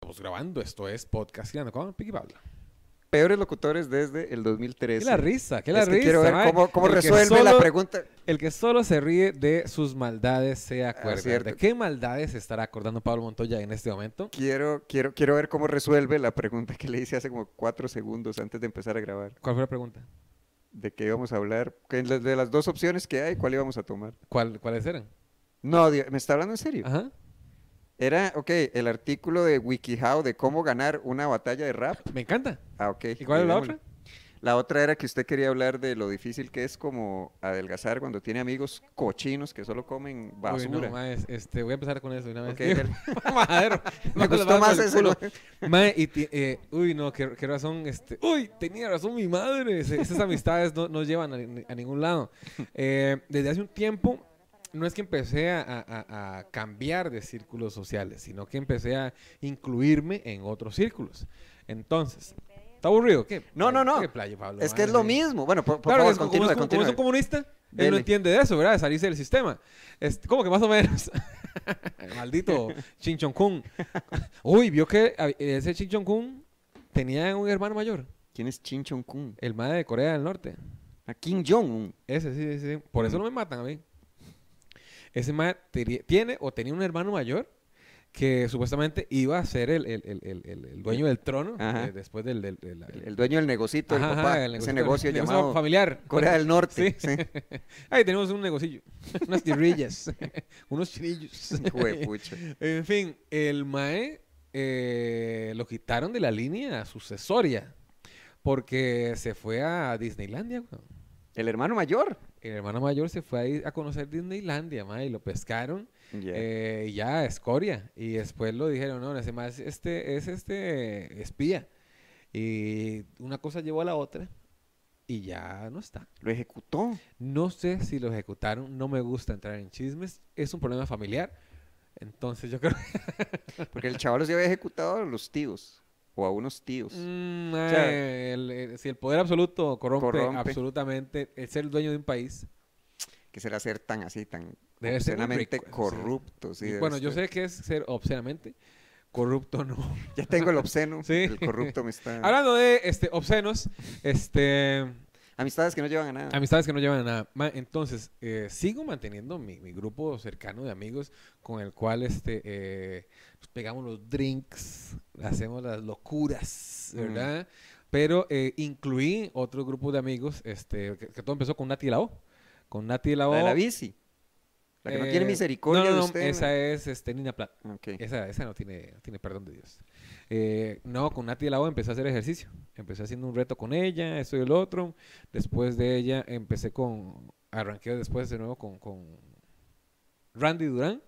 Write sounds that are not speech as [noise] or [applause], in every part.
estamos pues, grabando. Esto es Podcastirando con Piqui Pablo. Peores locutores desde el 2013. Qué la risa, qué la Es que risa. quiero ver mae. cómo, cómo El que resuelve la solo- pregunta. El que solo se ríe de sus maldades se acuerda. Ah, cierto. ¿De qué maldades se estará acordando Pablo Montoya en este momento? Quiero, quiero, quiero ver cómo resuelve la pregunta que le hice hace como cuatro segundos antes de empezar a grabar. ¿Cuál fue la pregunta? ¿De qué íbamos a hablar? Que en las- De las dos opciones que hay, ¿cuál íbamos a tomar? ¿Cuál- ¿Cuáles eran? No, Dios, ¿me está hablando en serio? Ajá. Era, ok, el artículo de WikiHow de cómo ganar una batalla de rap. Me encanta. Ah, ok. ¿Y cuál es la démosle. otra? La otra era que usted quería hablar de lo difícil que es como adelgazar cuando tiene amigos cochinos que solo comen Uy, no, basura. maes, este, voy a empezar con eso de una vez. Ok, [laughs] dale. Madero, Me no, le gustó bajo más el ese. culo. ¿no? Mae, y ti- eh, uy, no, qué, qué razón, este, uy, tenía razón mi madre, ese- esas amistades no, no llevan a, ni- a ningún [laughs] lado. Eh, desde hace un tiempo, no es que empecé a, a- a cambiar de círculos sociales, sino que empecé a incluirme en otros círculos. Entonces, ¿está aburrido? ¿Qué? No, no, no. Qué playo, Pablo, Es que mae, es lo sí. mismo. Bueno, por, por Claro, favor, es como- continúe, como, es, como- como es un continúe. comunista, él Dele. no entiende de eso, ¿verdad? De salirse del sistema. Este, como que más o menos. [laughs] Maldito Chin Chong Kun. [laughs] Uy, vio que ah, ese Chin Chong Kun tenía un hermano mayor, ¿Quién es Chin Chong Kun? el madre de Corea del Norte. A Kim Jong-un. Ese, sí, sí, sí. Por eso no me matan a mí. Ese madre teri- tiene o tenía un hermano mayor que supuestamente iba a ser el, el- el- el- el- el dueño del trono Ajá. eh, después del... del- del- El, el dueño del negocito, el Ajá, papá. ajá, el ese negocio negocito- llamado familiar. Corea del Norte. Sí. [laughs] Ahí tenemos un negocillo, unas tirrillas, [laughs] unos [laughs] chirillos. [laughs] Juepucha. en fin, el MAE eh, lo quitaron de la línea sucesoria porque se fue a Disneylandia. weón. El hermano mayor. El hermano mayor se fue a, ir a conocer Disneylandia, mae, y lo pescaron. Ya. eh, y ya, escoria. Y después lo dijeron, no, ese mae es este, es este espía. Y una cosa llevó a la otra y ya no está. Lo ejecutó. No sé si lo ejecutaron, no me gusta entrar en chismes, es un problema familiar. Entonces yo creo que... Porque el chaval los había ejecutado a los tíos. O a unos tíos. Mm, Pues, sea, eh, el- eh, si el poder absoluto corrompe, corrompe. absolutamente, el ser el dueño de un país... Que será ser tan así, tan Debe ser un obscenamente rico- sí. corrupto. sí, y debe bueno, yo ser. sé que es ser obscenamente, corrupto [laughs] no. Ya tengo el [laughs] obsceno. Sí. El corrupto me está. Hablando de este, obscenos, este, Amistades que no llevan a nada. amistades que no llevan a nada. Ma- entonces, eh, sigo manteniendo mi, mi grupo cercano de amigos con el cual este, eh, nos pegamos los drinks, hacemos las locuras, Ujú. ¿verdad? Pero eh, incluí otro grupo de amigos, este, que, que todo empezó con Nati y la O. Con Nati y la O. La de la bici. La que no tiene eh, misericordia no, no, de no, usted. esa es este, Nina Plat. Ah, ok. Esa, esa no tiene, no tiene perdón de Dios. Eh, no, con Nati de la O empecé a hacer ejercicio. Empecé haciendo un reto con ella, esto y el otro. Después de ella empecé con. Arranqué después de nuevo con, con Randy Durán.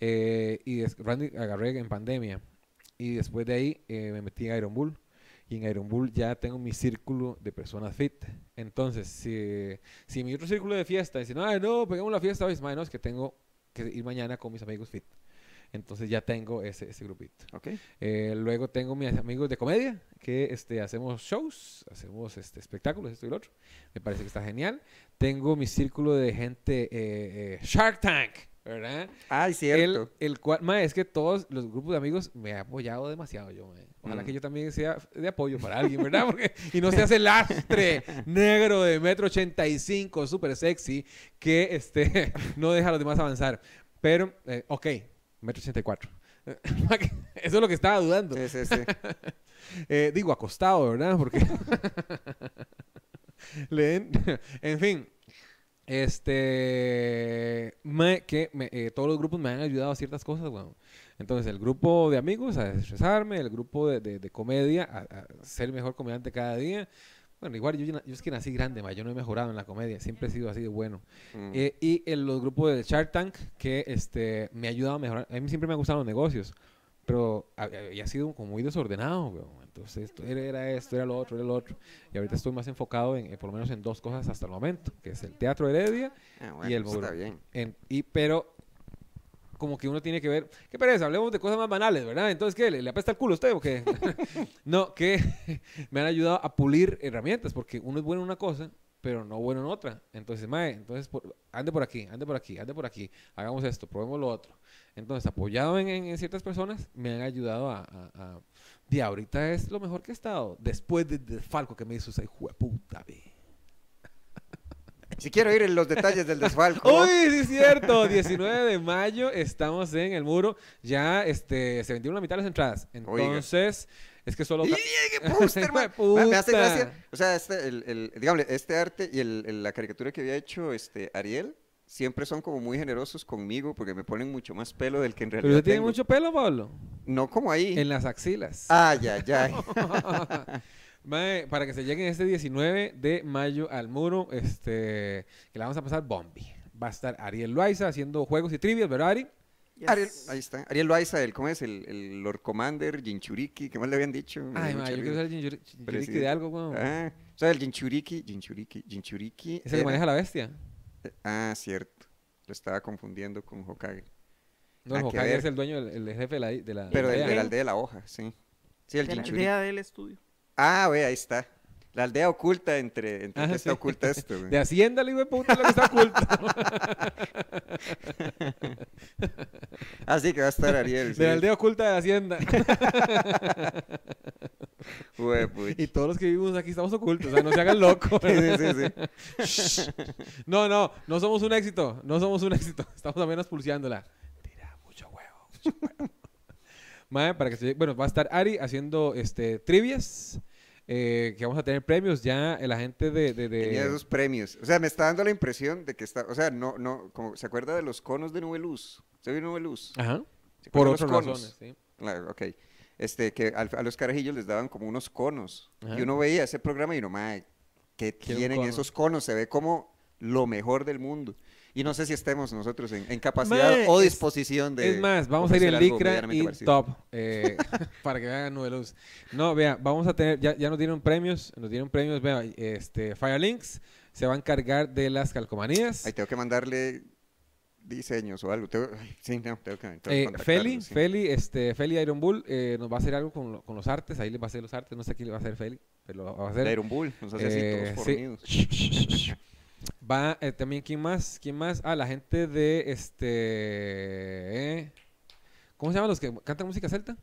Eh, y des- Randy agarré en pandemia. Y después de ahí eh, me metí en Iron Bull. Y en Iron Bull ya tengo mi círculo de personas fit. Entonces, si, si mi otro círculo de fiesta dice, no, no, pegamos la fiesta hoy, es, "Mae, no, es que tengo que ir mañana con mis amigos fit. Entonces ya tengo ese, ese grupito. Ok. Eh, luego tengo mis amigos de comedia, que este, hacemos shows, hacemos este, espectáculos, esto y lo otro. Me parece que está genial. Tengo mi círculo de gente eh, eh, Shark Tank, ¿verdad? Ay, El, Ah, cierto. el cual, mae, es que todos los grupos de amigos me han apoyado demasiado yo, mae. Ojalá Mm. que yo también sea de apoyo para alguien, ¿verdad? [laughs] Porque, y no seas el lastre negro de metro 85, súper sexy, que este, [laughs] no deja a los demás avanzar. Pero, eh, ok, metro [laughs] 84. Eso es lo que estaba dudando. Sí, sí, sí. [laughs] Eh, digo, acostado, ¿verdad? Porque. [laughs] Leen. en fin. Este. me- que me- eh, todos los grupos me han ayudado a ciertas cosas, weón. Entonces, el grupo de amigos a desestresarme, el grupo de, de- de comedia a, a ser mejor comediante cada día. Bueno, igual yo, yo es que nací grande, ma, yo no he mejorado en la comedia, siempre he sido así de bueno. Mm. Eh, y en los grupos de Shark Tank que este, me ha ayudado a mejorar. A mí siempre me han gustado los negocios, pero ha- había sido como muy desordenado. weón. Entonces, esto era, era esto, era lo otro, era lo otro. Y ahorita estoy más enfocado en, en por lo menos en dos cosas hasta el momento, que es el teatro Heredia Ah, y el bueno, está muro. bien. en- y, pero como que uno tiene que ver, qué pereza, hablemos de cosas más banales, ¿verdad? Entonces, ¿qué? ¿Le, le apesta el culo a usted o qué? [laughs] no, que [laughs] me han ayudado a pulir herramientas, porque uno es bueno en una cosa, pero no bueno en otra. Entonces, mae, entonces, por- ande por aquí, ande por aquí, ande por aquí, hagamos esto, probemos lo otro. Entonces, apoyado en, en- en ciertas personas, me han ayudado a... a- a- de ahorita es lo mejor que he estado. Después de, de Falco que me hizo esa jueputa, ve. Si quiero ir en los detalles del desfalco. [laughs] ¡Uy, sí es cierto! 19 de mayo estamos en el muro. Ya este, se vendieron la mitad de las entradas. Oiga. Entonces, es que solo... Y ca- [laughs] llegue póster, man. Hijueputa. Me hace gracia. O sea, este, el, el- digamos, este arte y el- el- la caricatura que había hecho este, Ariel siempre son como muy generosos conmigo porque me ponen mucho más pelo del que en Pero realidad usted tiene tengo. Ah. mucho pelo, Pablo. No como ahí. En las axilas. Ay, ay, [laughs] ay. [laughs] Mae, para que se lleguen este 19 de mayo al muro, este, que la vamos a pasar bombi. Va a estar Ariel Loaiza haciendo juegos y trivias, ¿verdad, Ari? Mm, Ariel, ahí está. Ariel Loaiza, el, ¿cómo es? El, el Lord Commander, Jinchuriki, ¿qué más le habían dicho? Me Ay, mae, dio mucha yo quiero risa. ser el Jinjuri- Jinjuriki Presidente. de algo, weón. Ah, o sea, el Jinchuriki, Jinchuriki, Jinchuriki. Es el que era- maneja la bestia. eh, Ah, cierto. Lo estaba confundiendo con Hokage. No, Ah, el que Hokage ver. es el dueño, el, el jefe de la, de la Pero del, aldea. ¿eh? de la aldea de la hoja, sí. Sí, el de la Jinchuriki. idea del estudio. Ah, ve, ahí está. La aldea oculta entre, entre Ah, que está sí. oculta esto. güey. De Hacienda, le digo, puta, lo que está oculto. Ah, sí, que va a estar [laughs] Ariel. sí. de la aldea oculta de [laughs] Hacienda. [laughs] Güey, puch. y todos los que vivimos aquí estamos ocultos, o sea, no se hagan loco. [laughs] Sí, [laughs] sí, sí, sí. No, no, no somos un éxito, no somos un éxito. [laughs] Estamos apenas pulseándola. Tira mucho huevo. mucho huevo. [laughs] Mae, para que se- bueno, va a estar Ari haciendo este trivias. eh, que vamos a tener premios ya eh, la gente de, de, de- Tenía esos premios. O sea, me está dando la impresión de que está. O sea, no, no, como, ¿se acuerda de los conos de Nube Luz? ¿Se vio Nube Luz? Ajá. ¿Se Por acuerda de los otras conos? razones, sí. Claro, ok. Este, que al- a los carajillos les daban como unos conos. Ajá. Y uno veía ese programa y uno, mae, ¿qué Quiero un tienen cono". esos conos? Se ve como lo mejor del mundo. Y no sé si estemos nosotros en, en capacidad Mae, o es- disposición de. Es más, vamos a ir ofrecer en algo licra medianamente y parecido. [laughs] top eh, [laughs] para que vean nube luz. No, vea, vamos a tener, ya, ya nos dieron premios, nos dieron premios, vea, este, Firelinks se va a encargar de las calcomanías. Ahí tengo que mandarle diseños o algo. Tengo- ay, sí, no, tengo que. tengo que Eh, contactarlo, Feli, sí. Feli, este, Feli Iron Bull eh, nos va a hacer algo con, lo- con los artes, ahí les va a hacer los artes, no sé quién le va a hacer Feli, pero lo va a hacer. De Iron Bull, nos hace Eh, así todos sí. fornidos. [laughs] Va eh, también quién más, quién más, ah, la gente de este, eh, ¿cómo se llaman los que cantan música celta?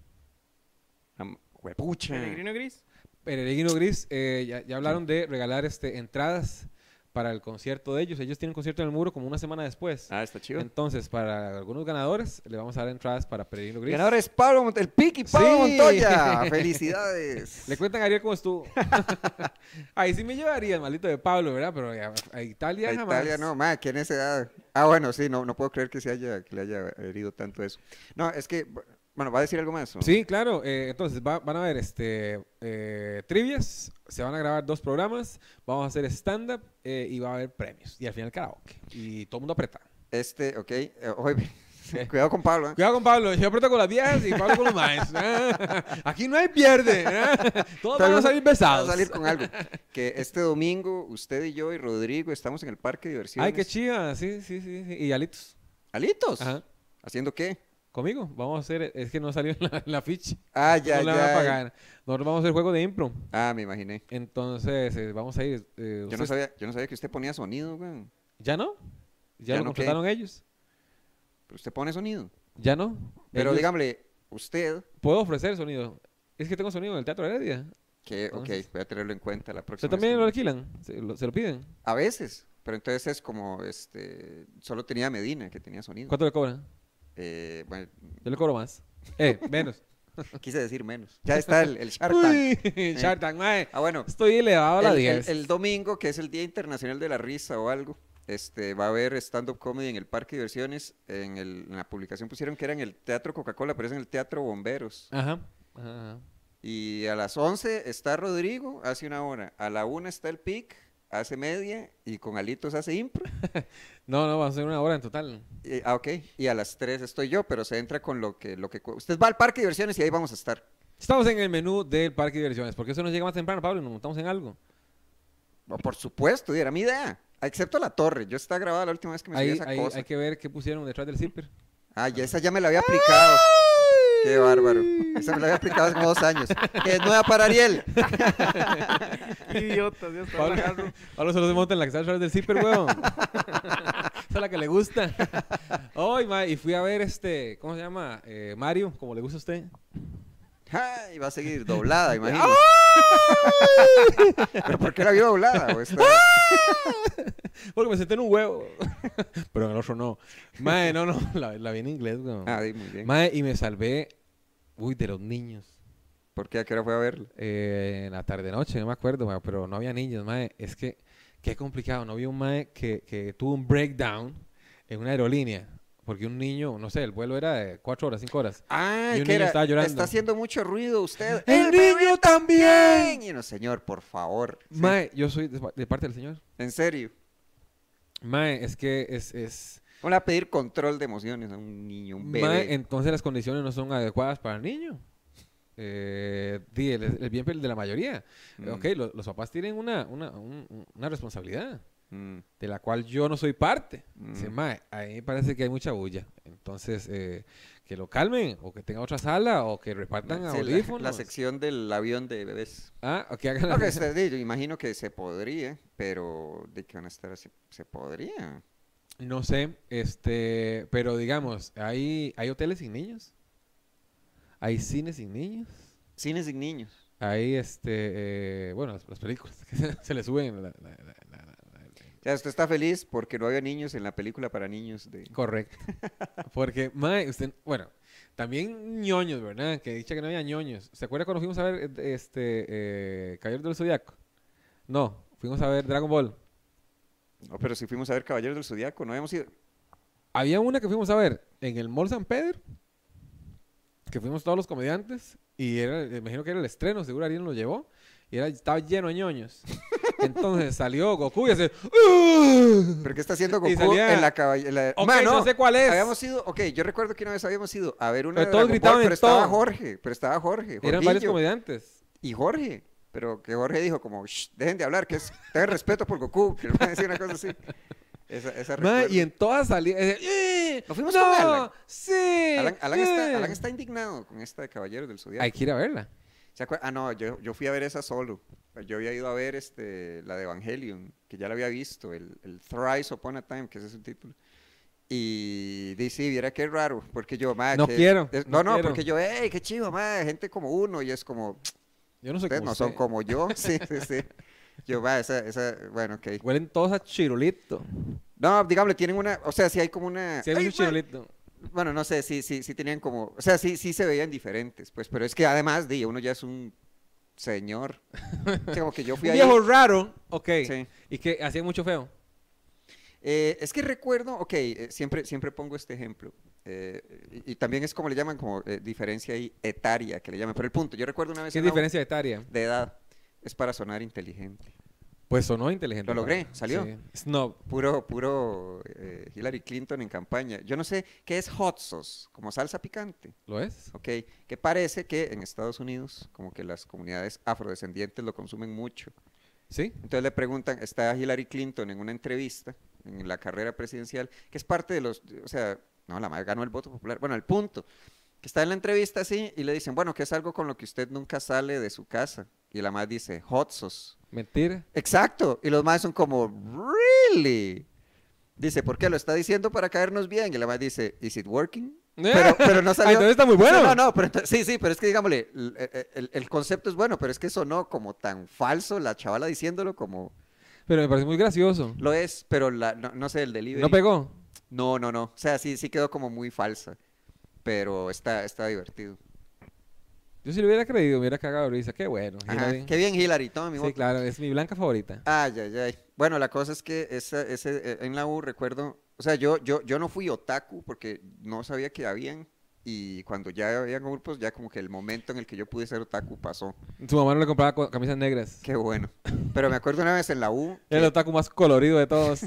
Am- huepucha. Peregrino Gris. Peregrino Gris, eh, ya, ya hablaron de regalar este entradas para el concierto de ellos, ellos tienen concierto en el muro como una semana después. Ah, está chido. Entonces, para algunos ganadores, le vamos a dar entradas para Peregrino Gris. Ganador es Pablo Mont- el Piqui Pablo Sí. [laughs] Montoya. Felicidades. Le cuentan a Ariel cómo estuvo. [laughs] Ahí sí me llevaría el maldito de Pablo, ¿verdad? Pero a, a Italia A jamás. Italia no, ma, ¿quién es edad? Ah, bueno, sí, no, no puedo creer que se haya, que le haya herido tanto eso. No, es que, bu- bueno, ¿va a decir algo más? o? Sí, claro. eh, entonces va- van a ver este, eh, trivias, se van a grabar dos programas, vamos a hacer stand-up eh, y va a haber premios. Y al final karaoke. Y todo el mundo aprieta. Este, ok, eh, oye, [laughs] cuidado con Pablo. ¿eh? Cuidado con Pablo, yo aprieto con las viejas y Pablo con los maes. Ah, Aquí no hay pierde. ah. Todos Todo el van a mundo salir Va a besados. salir [laughs] con algo. Que este domingo, usted y yo y Rodrigo estamos en el parque de diversiones. Ay, qué chiva. Sí, sí, sí. sí. Y Alitos. ¿Alitos? Ajá. ¿Haciendo qué? Conmigo, vamos a hacer. Es que no salió en la, en la ficha. Ah, ya, no la van a ya. pagar. Nosotros vamos a hacer juego de impro. Ah, me imaginé. Entonces, eh, vamos a ir. eh, Yo no, ustedes- sabía, yo no sabía que usted ponía sonido, güey. ¿Ya no? ¿Ya, ¿Ya lo no qué? contrataron ellos? Pero usted pone sonido. ¿Ya no? Pero Ellos- dígame, usted, Puedo ofrecer sonido. Es que tengo sonido en el Teatro Heredia. que, ok, Entonces- voy a tenerlo en cuenta la próxima ¿Usted vez también que- lo alquilan? ¿Se lo, se lo piden? A veces, pero entonces es como, este, solo tenía Medina, que tenía sonido. ¿Cuánto le cobran? Eh, bueno, Yo le cobro más. Eh, menos. quise decir menos. Ya está el, el Shark Tank. [laughs] Uy, Shark Tank, mae. Ah, bueno, Estoy elevado a el, la el- 10. el domingo, que es el Día Internacional de la Risa o algo, este, va a haber stand-up comedy en el Parque de Diversiones. En, el- en la publicación pusieron que era en el Teatro Coca-Cola, pero es en el Teatro Bomberos. Ajá. ajá, ajá. Y a las 11 está Rodrigo, hace una hora. A la 1 está el PIC, hace media. Y con Alitos hace impro. No, no, va a ser una hora en total. Eh, ah, ok. Y a las 3 estoy yo, pero se entra con lo que, lo que... cu- Usted va al parque de diversiones y ahí vamos a estar. Estamos en el menú del parque de diversiones. Porque eso nos llega más temprano, Pablo, y nos montamos en algo. No, por supuesto, y era mi idea. Excepto la torre. Yo estaba grabada la última vez que me subí a Ahí, esa ahí cosa. hay que ver qué pusieron detrás del zipper. Ah, ya esa ya me la había aplicado. Qué bárbaro. Esa me la había aplicado hace como dos años. Que es nueva para Ariel. [laughs] Idiotas, ya está. [laughs] Pablo, Pablo solo se monta en la que está detrás del zipper, weón. Esa es la que le gusta. Hoy, ma, y fui a ver este, ¿cómo se llama? Eh, Mario, como le gusta a usted. Ah, y va a seguir doblada, imagínate. ¿Pero por qué la vio doblada? güey? Está- Porque me senté en un huevo. [laughs] Pero en el otro no. Mae, no, no, la, la vi en inglés, weón. Ah, di, muy bien. Mae, y me salvé, uy, de los niños. ¿Por qué? ¿A qué hora fue a verla? eh, en la tarde-noche, no me acuerdo, mae, pero no había niños, mae. Es que, qué complicado. No había un mae que, que tuvo un breakdown en una aerolínea. Porque un niño, no sé, el vuelo era de cuatro horas, cinco horas. Ah, Y un que niño era, estaba llorando. está haciendo mucho ruido usted. ¡El bebé niño también! Y no, señor, por favor. Sí, Mae, yo soy de, de parte del señor. En serio. Mae, es que es... es Vamos a pedir control de emociones a un niño, un bebé. mae, entonces las condiciones no son adecuadas para el niño. Eh, di, el, el bien de la mayoría. Mm, Ok, lo- los papás tienen una, una, un- una responsabilidad. mm. de la cual yo no soy parte. Dice, Mm. mae, a mí me parece que hay mucha bulla. Entonces, eh, que lo calmen, o que tengan otra sala, o que repartan Sí, la- audífonos. la sección este. del avión de bebés. [laughs] Ah, o que hagan la- No, que se- di, yo imagino que se podría, pero de que van a estar así, se podría. No sé, este, pero digamos, hay, hay hoteles sin niños, hay cines sin niños, Cines sin niños. hay, este, eh, bueno, las, las películas [laughs] que se, se le suben. la- la- la- la- la- la- O sea, usted está feliz porque no había niños en la película para niños de... Correcto. Porque, mae, usted, bueno, también ñoños, ¿verdad? Que dicha que no había ñoños. ¿Se acuerda cuando fuimos a ver eh, este eh, Caballero del Zodiaco? No, fuimos a ver Dragon Ball. No, pero si fuimos a ver Caballeros del Zodiaco, no habíamos ido... Había una que fuimos a ver en el Mall San Pedro, que fuimos todos los comediantes, y era, me imagino que era el estreno, seguro alguien lo llevó, y era, estaba lleno de ñoños. Entonces salió Goku y hace... "Ugh". ¿Pero qué está haciendo Y Goku salía- en la caballera? Ok, no sé cuál es. Habíamos ido, ok, yo recuerdo que una vez habíamos ido a ver una Pero de todos Dragon Ball, gritaban en pero estaba todo. Jorge, pero estaba Jorge, Eran varios Jorgillo, comediantes. y Jorge, pero que Jorge dijo como, "Shh, dejen de hablar, que es, tengan respeto por Goku, que no decir una cosa así. Esa, [laughs] esa Ma, y recuerdo. en todas salidas. Nos fuimos con Alan. Sí. Alan, Alan está, eh". Alan está indignado con esta de Caballeros del Zodiaco. Hay que ir a verla. ¿Se acuer- Ah, no, yo, yo fui a ver esa solo. Yo había ido a ver este, la de Evangelion, que ya la había visto, el, el Thrice Upon a Time, que ese es su título. Y dice, viera qué raro, porque yo, madre. No quiero, no no, no, quiero. porque yo, hey, qué chido, madre, gente como uno, y es como, Yo no sé ustedes cómo. no son [laughs] como yo, sí, sí, sí. Yo, va, esa, esa, bueno, ok. Huelen todos a chirulito. No, digamos, tienen una, o sea, sí hay como una. Sí, hay Ah. "Ay, mucho mae". chirulito. Bueno, no sé, sí, sí, sí tenían como, o sea, sí, sí se veían diferentes, pues, pero es que además, de uno ya es un señor. [laughs] O sea, como que yo Un fui ahí. viejo raro. Ok. Sí. Y que hacía mucho feo. Eh, es que recuerdo, ok, eh, siempre, siempre pongo este ejemplo, eh, y, y también es como le llaman, como eh, diferencia ahí etaria, que le llaman, pero el punto, yo recuerdo una vez ¿Qué en la U- diferencia etaria? de edad, es para sonar inteligente. Pues sonó inteligente. Lo logré, mae. salió. Sí. Snob. Puro, puro eh, Hillary Clinton en campaña. Yo no sé, ¿qué es hot sauce? Como salsa picante. ¿Lo es? ¿ok? Que parece que en Estados Unidos, como que las comunidades afrodescendientes lo consumen mucho. Sí. Entonces le preguntan, está Hillary Clinton en una entrevista, en la carrera presidencial, que es parte de los, o sea, no, la madre ganó el voto popular, bueno, el punto, que está en la entrevista así y le dicen, bueno, que es algo con lo que usted nunca sale de su casa. Y la madre dice, hot sauce. Mentira. Exacto. Y los más son como, ¿really? Dice, ¿por qué? Lo está diciendo para caernos bien. Y la madre dice, ¿is [laughs] it working? Pero, pero no Ah, salió. entonces está muy bueno. No, no, no, pero ento- sí, sí, pero es que digámosle, el, el- el concepto es bueno, pero es que sonó como tan falso la chavala diciéndolo como Pero me parece muy gracioso. lo es, pero la, no, no sé, el delivery. ¿No pegó? No, no, no. O sea, sí, sí quedó como muy falsa. Pero está, está divertido. Yo si lo hubiera creído, me hubiera cagado de risa. Qué bueno. Ajá, Hillary. Qué bien, Hillary, toma mi Sí, voto. claro. Es mi blanca favorita. Ay, ay, ay. Bueno, la cosa es que esa, ese, eh, en la U recuerdo, o sea, yo, yo, yo no fui otaku porque no sabía que habían y cuando ya habían grupos, ya como que el momento en el que yo pude ser otaku pasó. Su mamá no le compraba co- camisas negras. Qué bueno. Pero me acuerdo una vez en la U, El otaku más colorido de [laughs] todos.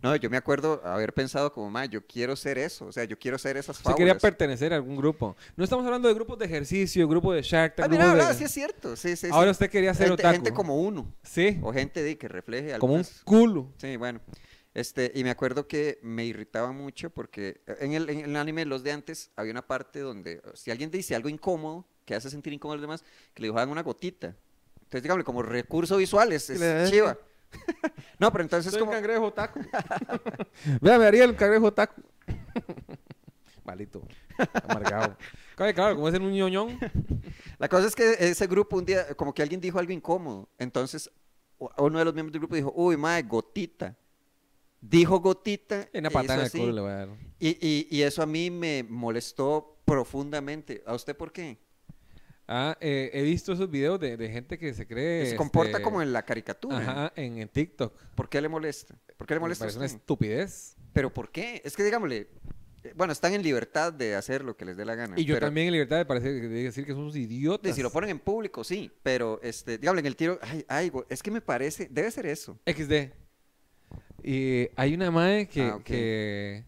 no, yo me acuerdo haber pensado como, ma, yo quiero ser eso, o sea, yo quiero ser esas Se fábulas. quería pertenecer a algún grupo. No estamos hablando de grupos de ejercicio, grupos de Shark Tank. Ah, mira, grupos de- ah, sí es cierto. Sí, sí, sí. Ahora usted quería ser gente, otaku. gente como uno Sí, o gente de, que refleje como un algunas- culo. Sí, bueno. Este, y me acuerdo que me irritaba mucho porque eh, en el, en el anime Los de antes había una parte donde eh, si alguien dice algo incómodo, que hace sentir incómodo a los demás, que le dibujaban una gotita. Entonces, dígame, como recurso visual, es, es Claro. chiva. [laughs] No, pero entonces Soy como... un cangrejo taco. Vea, me haría el cangrejo taco. [laughs] Malito. Amargado. Claro, claro, como es en un ñoñón. La cosa es que ese grupo un día, como que alguien dijo algo incómodo. Entonces, u- uno de los miembros del grupo dijo, uy, madre, gotita. Dijo gotita. Una e hizo patada de así. culo le voy a dar. Y, y- y eso a mí me molestó profundamente. ¿A usted por qué? Ah, eh, he visto esos videos de, de gente que se cree. se comporta este, como en la caricatura. Ajá, en, en TikTok. ¿Por qué le molesta? ¿Por qué le Me molesta a parece una usted? estupidez. ¿Pero por qué? Es que, digámosle, eh, bueno, están en libertad de hacer lo que les dé la gana. Y yo pero- también pues. en libertad de, parecer, de decir que somos Y idiotas. si lo ponen en público, sí, pero, este, digámosle, en el tiro, ay, ay, güey, es que me parece, debe ser eso. XD. Y hay una madre que, Ah, ok. que-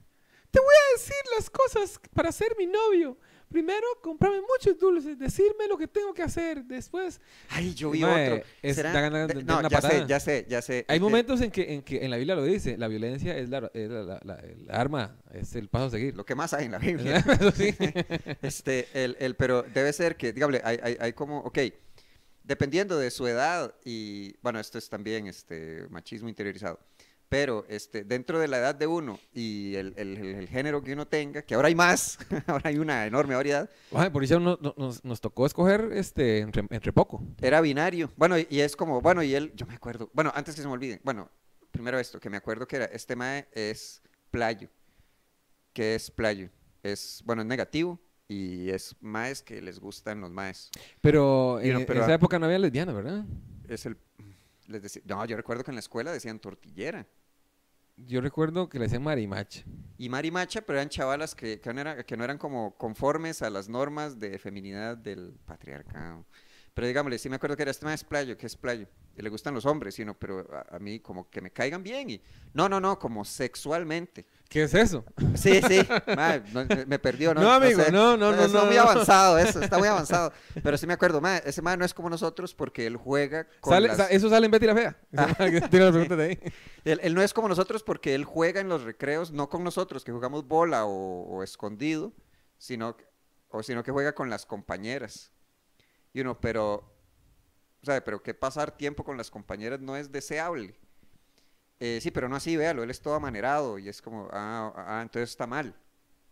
Te voy a decir las cosas para ser mi novio. Primero, comprarme muchos dulces, decirme lo que tengo que hacer. Después, Ay, yo vi Mae, otro. es- ¿Será? da ganas de- De- de no, una ya sé, patada. ya sé, ya sé. hay Eh, momentos en que, en que en la Biblia lo dice, la violencia es, la, es la- la- la- el arma, es el paso a seguir. [laughs] Lo que más hay en la Biblia. Eso sí. este, el, el- pero debe ser que, dígame, hay, hay, hay como, ok, dependiendo de su edad y, bueno, esto es también este, machismo interiorizado, pero este, dentro de la edad de uno y el, el- el- el género que uno tenga, que ahora hay más, [laughs] ahora hay una enorme variedad, Mae, por eso no- no- nos, nos tocó escoger este entre, entre poco. era binario. Bueno, y, y es como, bueno, y él, yo me acuerdo, bueno, antes que se me olvide, bueno, primero esto, que me acuerdo que era, este mae es playo, que es playo, es, bueno, es negativo. Y es maes que les gustan los maes. Pero Y en, no, pero- en esa época no había lesbianas, ¿verdad? es el les deci- no yo recuerdo que en la escuela decían tortillera Yo recuerdo que le decían marimacha. y marimacha pero eran chavalas que, que no era- que no eran como conformes a las normas de feminidad del patriarcado pero digámosle sí me acuerdo que era este más playo que es playo y le gustan los hombres sino pero a, a mí como que me caigan bien y no no no como sexualmente ¿Qué es eso? sí sí [laughs] mae, no, me, me perdió no No, amigo, sé. no, no, no, está no, muy no. avanzado eso está muy avanzado pero sí me acuerdo mae, ese mae no es como nosotros porque él juega con Sale- las- sa- Eso sale en Betty la [laughs] Fea. Tira las preguntas de [laughs] ahí. Él, él no es como nosotros porque él juega en los recreos, no con nosotros, que jugamos bola o, o escondido, sino, que- o sino que juega con las compañeras. Y uno, pero, ¿sabe? Pero que pasar tiempo con las compañeras no es deseable. Eh, sí, pero no así, véalo, él es todo amanerado y es como, ah, ah, entonces está mal.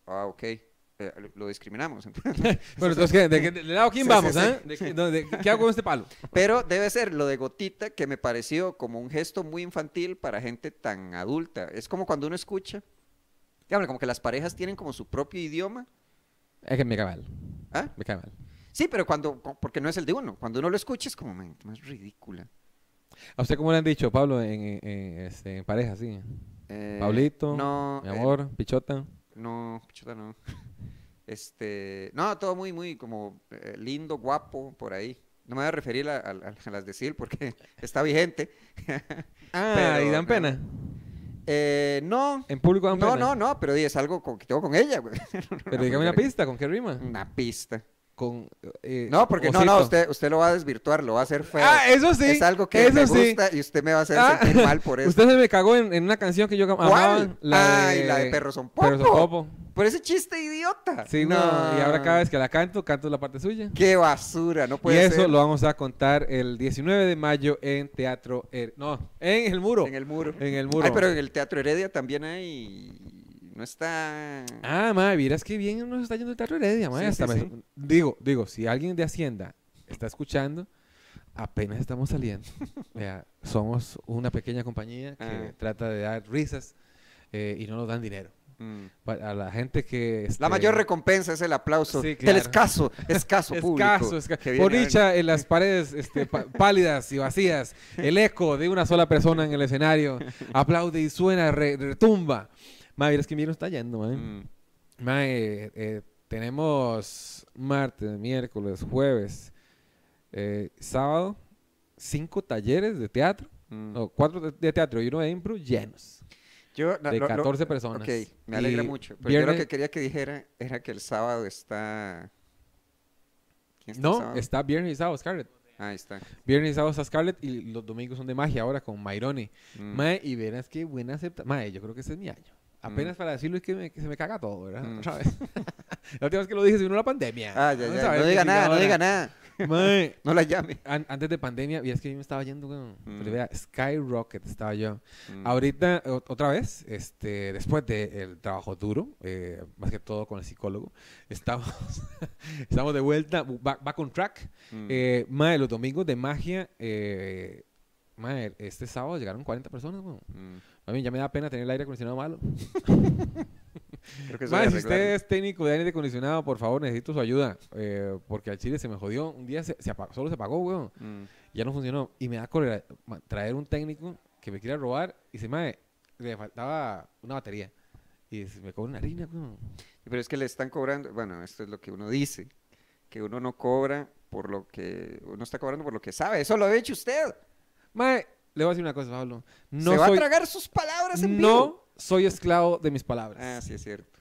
Ah, ok, eh, lo- lo discriminamos. [laughs] Bueno, entonces, ¿qué? ¿De, qué- de- del lado quién Sí, vamos, sí, ah? sí. ¿De qué- no, de- ¿Qué hago con este palo? Pero debe ser lo de gotita que me pareció como un gesto muy infantil para gente tan adulta. Es como cuando uno escucha, digamos, como que las parejas tienen como su propio idioma. Es que me cae mal. ¿Ah? Me cae mal. Sí, pero cuando, co- porque no es el de uno. Cuando uno lo escucha es como, "Man, más ridícula. ¿A usted cómo le han dicho, Pablo, en, en- en, este, en pareja, sí? Eh, Pablito, no, mi eh, amor, Pichota. no, puchota, no. [laughs] Este, no, todo muy, muy como eh, lindo, guapo, por ahí. No me voy a referir a, a- a las de Sil porque [laughs] está vigente. Ah, pero y dan no. pena. Eh, no, En público dan no, pena. no, no, pero di, es algo con- que tengo con ella, güey. [laughs] No, Pero no, dígame una porque- pista, ¿con qué rima? Una pista. Con. eh, No, porque no, no, osito. usted, usted lo va a desvirtuar, lo va a hacer feo. Ah, eso sí. es algo que eso me sí. gusta y usted me va a hacer Ah, sentir [laughs] mal por eso. Usted se me cagó en, en una canción que yo ¿Cuál? amaba. La Ay, de, la de Perro Son Popo. Perro Son Popo. Por ese chiste idiota. Sí, no. Y ahora cada vez que la canto, canto la parte suya. Qué basura, no Y puede eso ser. lo vamos a contar el 19 de mayo en Teatro... Her- no, en el muro. En el muro. En el muro. Ay, pero en el Teatro Heredia también hay... No está... Ah, madre, miras que bien nos está yendo el Teatro Heredia, madre. Sí, hasta sí, me- sí. Digo, digo, si alguien de Hacienda está escuchando, apenas estamos [laughs] saliendo. Vea, somos una pequeña compañía que Ah. trata de dar risas eh, y no nos dan dinero. Mm. Pa- A la gente que... La este, mayor recompensa es el aplauso Sí, del claro. escaso, [laughs] escaso público. Escaso, escaso. que viene Por a vernos. dicha, en las paredes este, pa- [laughs] pálidas y vacías, el eco de una sola persona en el [laughs] escenario aplaude y suena, re- retumba. Mae, es que bien nos está yendo, mae. Mm. Mae, eh, tenemos martes, miércoles, jueves, eh, sábado, cinco talleres de teatro, Mm. no, cuatro de- de teatro y uno de impro llenos. Yo, no, de lo- lo- 14 personas. Ok, me alegra Y mucho. Pero yo lo viernes- que quería que dijera era que el sábado está. ¿Quién está el No, este sábado? está viernes y sábado, Scarlett. Ah, ahí está. Viernes y sábado está Scarlett y los domingos son de magia ahora con Maironi. Mm, Mae, y verás qué buena acepta. Mae, yo creo que ese es mi año. Apenas para decirlo es que, me- que se me caga todo, ¿verdad? Mm. Otra vez. [laughs] la última vez que lo dije se vino la pandemia. Ah, ya, Vamos ya, a ver No qué diga nada, chingado no era. diga nada. Mae, No la llame. an- antes de pandemia, y es que yo me estaba yendo, weón. Mm. Pero vea, Skyrocket estaba yo. Mm. Ahorita, o- otra vez, este, después del trabajo duro, eh, más que todo con el psicólogo, estamos, [laughs] estamos de vuelta, back, back on track. Mm. Eh, mae, los domingos de magia, eh, mae, este sábado llegaron 40 personas, weón. Mm. A mí ya me da pena tener el aire acondicionado malo. Creo que eso Mae, ya si usted arreglaron. es técnico de aire acondicionado, por favor, necesito su ayuda. eh, porque al chile se me jodió. Un día se, se apagó, solo se apagó, weón. Mm. Ya no funcionó. Y me da cólera ma- traer un técnico que me quiera robar y se me le faltaba una batería. Y se me cobra una harina, weón. Pero es que le están cobrando, bueno, esto es lo que uno dice, que uno no cobra por lo que, uno está cobrando por lo que sabe, eso lo ha dicho usted. Mae, le voy a decir una cosa, Pablo. No Se va soy, a tragar sus palabras en vivo. no soy esclavo de mis palabras. Ah, sí, es cierto.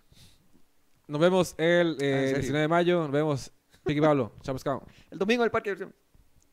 Nos vemos el eh, serio? 19 de mayo. Nos vemos. Piqui Pablo. Chao, pescado. El domingo en el parque de diversiones.